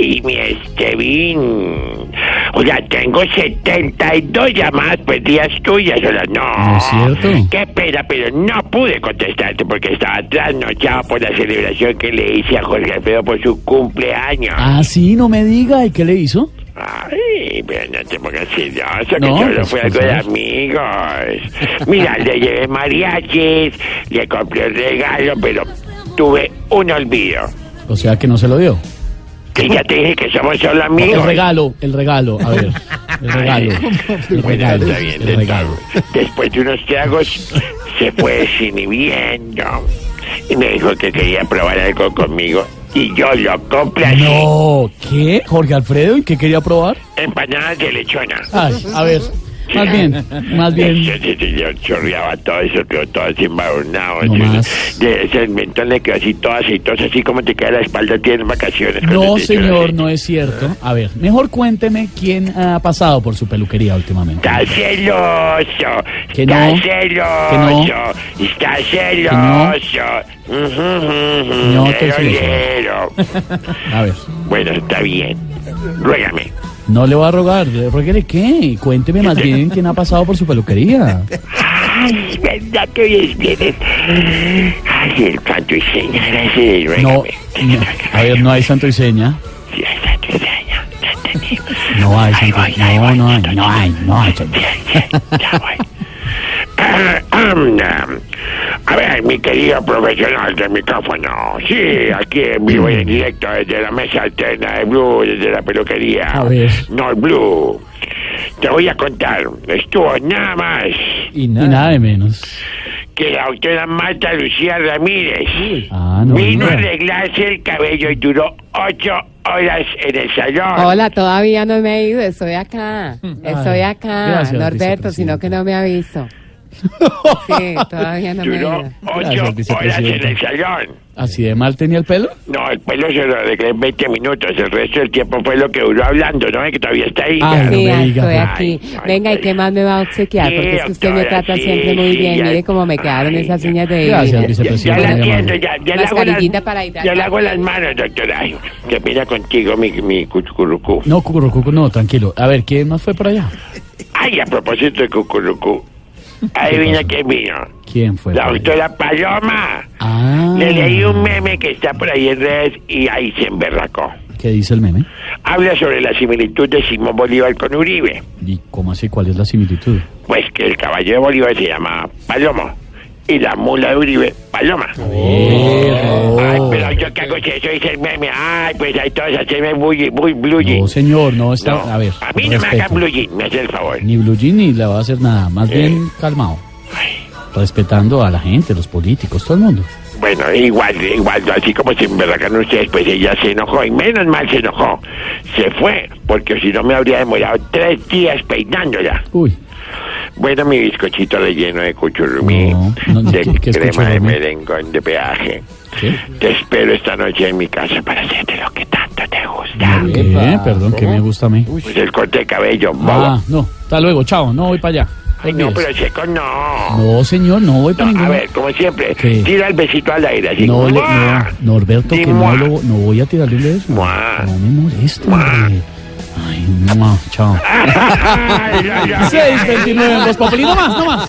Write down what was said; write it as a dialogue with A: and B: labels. A: Ay, mi Estevín. O sea, tengo 72 llamadas perdidas tuyas, o sea, no.
B: ¿No es cierto?
A: Qué pena, pero no pude contestarte porque estaba trasnochado por la celebración que le hice a Jorge Alfredo por su cumpleaños.
B: Ah, sí, no me diga. ¿Y qué le hizo?
A: Ay, pero no te pongas celoso, que
B: No,
A: solo
B: pues,
A: fue
B: pues,
A: algo de
B: ¿sabes?
A: amigos. Mira, le llevé mariachis, le compré un regalo, pero tuve un olvido.
B: O sea que no se lo dio.
A: Que ya te dije que somos solo
B: El
A: amigos.
B: regalo, el regalo. A ver, el regalo. El
A: Bueno,
B: regalo.
A: está bien,
B: El regalo.
A: entonces, Después de unos tragos, se fue desinhibiendo. Y me dijo que quería probar algo conmigo. Y yo lo complací.
B: No, ¿qué? Jorge Alfredo, ¿y qué quería probar?
A: Empanadas de lechona.
B: Ay, a ver, más bien, más bien.
A: Yo, yo, yo, yo chorreaba todo eso, quedó todo así embadurnado.
B: No
A: yo-
B: más.
A: De ese mentón le quedó así todo aceitoso, así como te queda la espalda, tienes vacaciones. cuando
B: No,
A: te
B: señor,
A: chorreas.
B: no es cierto. A ver, mejor cuénteme quién ha pasado por su peluquería últimamente.
A: Estás celoso.
B: Que
A: estás
B: no,
A: celoso. Estás celoso. Ujú, ujú, ujú,
B: No te
A: lero,
B: celoso.
A: lero.
B: A ver,
A: Bueno, está bien. Ruégame.
B: no le voy a rogar. Ruéguele qué. Cuénteme más bien quién ha pasado por su peluquería.
A: Ay, verdad que hoy es viernes. Ay, el santo y seña, gracias,
B: No,
A: ruégame.
B: no, a ver, no hay santo y seña.
A: Sí, el santo y seña, ya tenemos.
B: No hay
A: Ahí
B: santo
A: voy,
B: y
A: ahí
B: No,
A: voy,
B: no hay,
A: santo y
B: no hay, no hay. santo y seña.
A: Ya voy. A ver, mi querido profesional del micrófono. Sí, aquí en vivo y en directo desde la mesa alterna de Blue, desde la peluquería.
B: A ver.
A: No Blue. Te voy a contar. Estuvo nada más
B: Y nada de menos.
A: que la autora Marta Lucía Ramírez.
B: Ah, no.
A: Vino a
B: no.
A: arreglarse el cabello y duró ocho horas en el salón.
C: Hola, todavía no me he ido, estoy acá, estoy acá,
B: Hmm. gracias,
C: Norberto, sino que no me aviso. Sí, todavía no me he
A: Duró
C: ido.
A: ocho
B: Gracias,
A: horas en
B: vicepresidente.
A: el salón.
B: ¿Así de mal tenía el pelo?
A: No, el pelo se lo arreglé en 20 minutos. El resto del tiempo fue lo que duró hablando, ¿no? Es que todavía está
B: Ay,
A: ahí. ya.
B: no
C: Sí,
B: me
C: ah,
B: diga,
C: estoy
B: pero-
C: aquí.
A: Ay, ay,
C: Venga, ¿y
A: ay.
C: qué más me va a obsequiar?
A: Sí,
C: Porque es que usted me
A: doctora,
C: trata
A: sí,
C: siempre muy
A: sí,
C: bien.
A: ya.
C: Mire cómo me quedaron
A: Ay,
C: esas
A: ya.
C: uñas de
B: Gracias,
C: divinas.
A: Ya, ya
B: vicepresidente.
A: la
B: muy
A: entiendo,
B: amable.
A: ya, ya le hago
C: Mascarillita
A: las,
C: para hidratar.
A: ya le hago las manos, doctora. Ay, qué pena contigo, mi, mi cucurucú.
B: No, Cucurucucu, no, tranquilo. A ver, ¿quién más fue por allá?
A: Ay, a propósito de cucurucú. Adivina
B: pasó?
A: quién vino.
B: ¿Quién fue?
A: La
B: por allá?
A: doctora Paloma.
B: Ah,
A: Le leí un meme que está por ahí en redes y ahí se emberracó.
B: ¿Qué dice el meme?
A: Habla sobre la similitud de Simón Bolívar con Uribe.
B: ¿Y cómo así? ¿Cuál es la similitud?
A: Pues que el caballo de Bolívar se llama Palomo y la mula de Uribe, Paloma.
B: Oh. Eh,
A: Ay, pero yo qué hago si eso dice el meme. Ay, pues hay todos hacerme muy, muy blue jean.
B: No, señor, no está.
A: No,
B: A ver.
A: a mí no me
B: respeto.
A: hagan blue Eh. jean, me hace el favor.
B: Ni Blue Jean ni le va a hacer nada. Más bien calmado. Respetando a la gente, los políticos, todo el mundo.
A: Bueno, igual, igual, así como se emberracan ustedes, pues ella se enojó y menos mal se enojó. Se fue, porque si no me habría demorado tres días peinándola.
B: Uy.
A: Bueno, mi bizcochito relleno de cuchurrumí,
B: No, no, no,
A: de
B: ¿qué- eh? qué es
A: crema de
B: cuchurrumí?
A: merengón de peaje.
B: ¿Qué?
A: Te espero esta noche en mi casa para hacerte lo que tanto te gusta.
B: ¿Qué? Perdón, que me gusta a mí.
A: Pues el corte de cabello, bobo.
B: Ah, no. Hasta luego, chao. No voy para allá.
A: Ay, no,
B: Olvídese.
A: pero seco no.
B: No, señor, no voy para
A: No, a
B: ningún
A: ver, como siempre,
B: ¿Qué?
A: tira el besito al aire. Así.
B: No, le, no,
A: ¡Mua!
B: Norberto,
A: Di
B: que no,
A: mua.
B: lo- no voy a tirarle un beso.
A: Mua.
B: No me moleste, hombre. Ay, no, chao.
A: Ay, ay, ay.
B: 6, 29, los papelitos más, no más.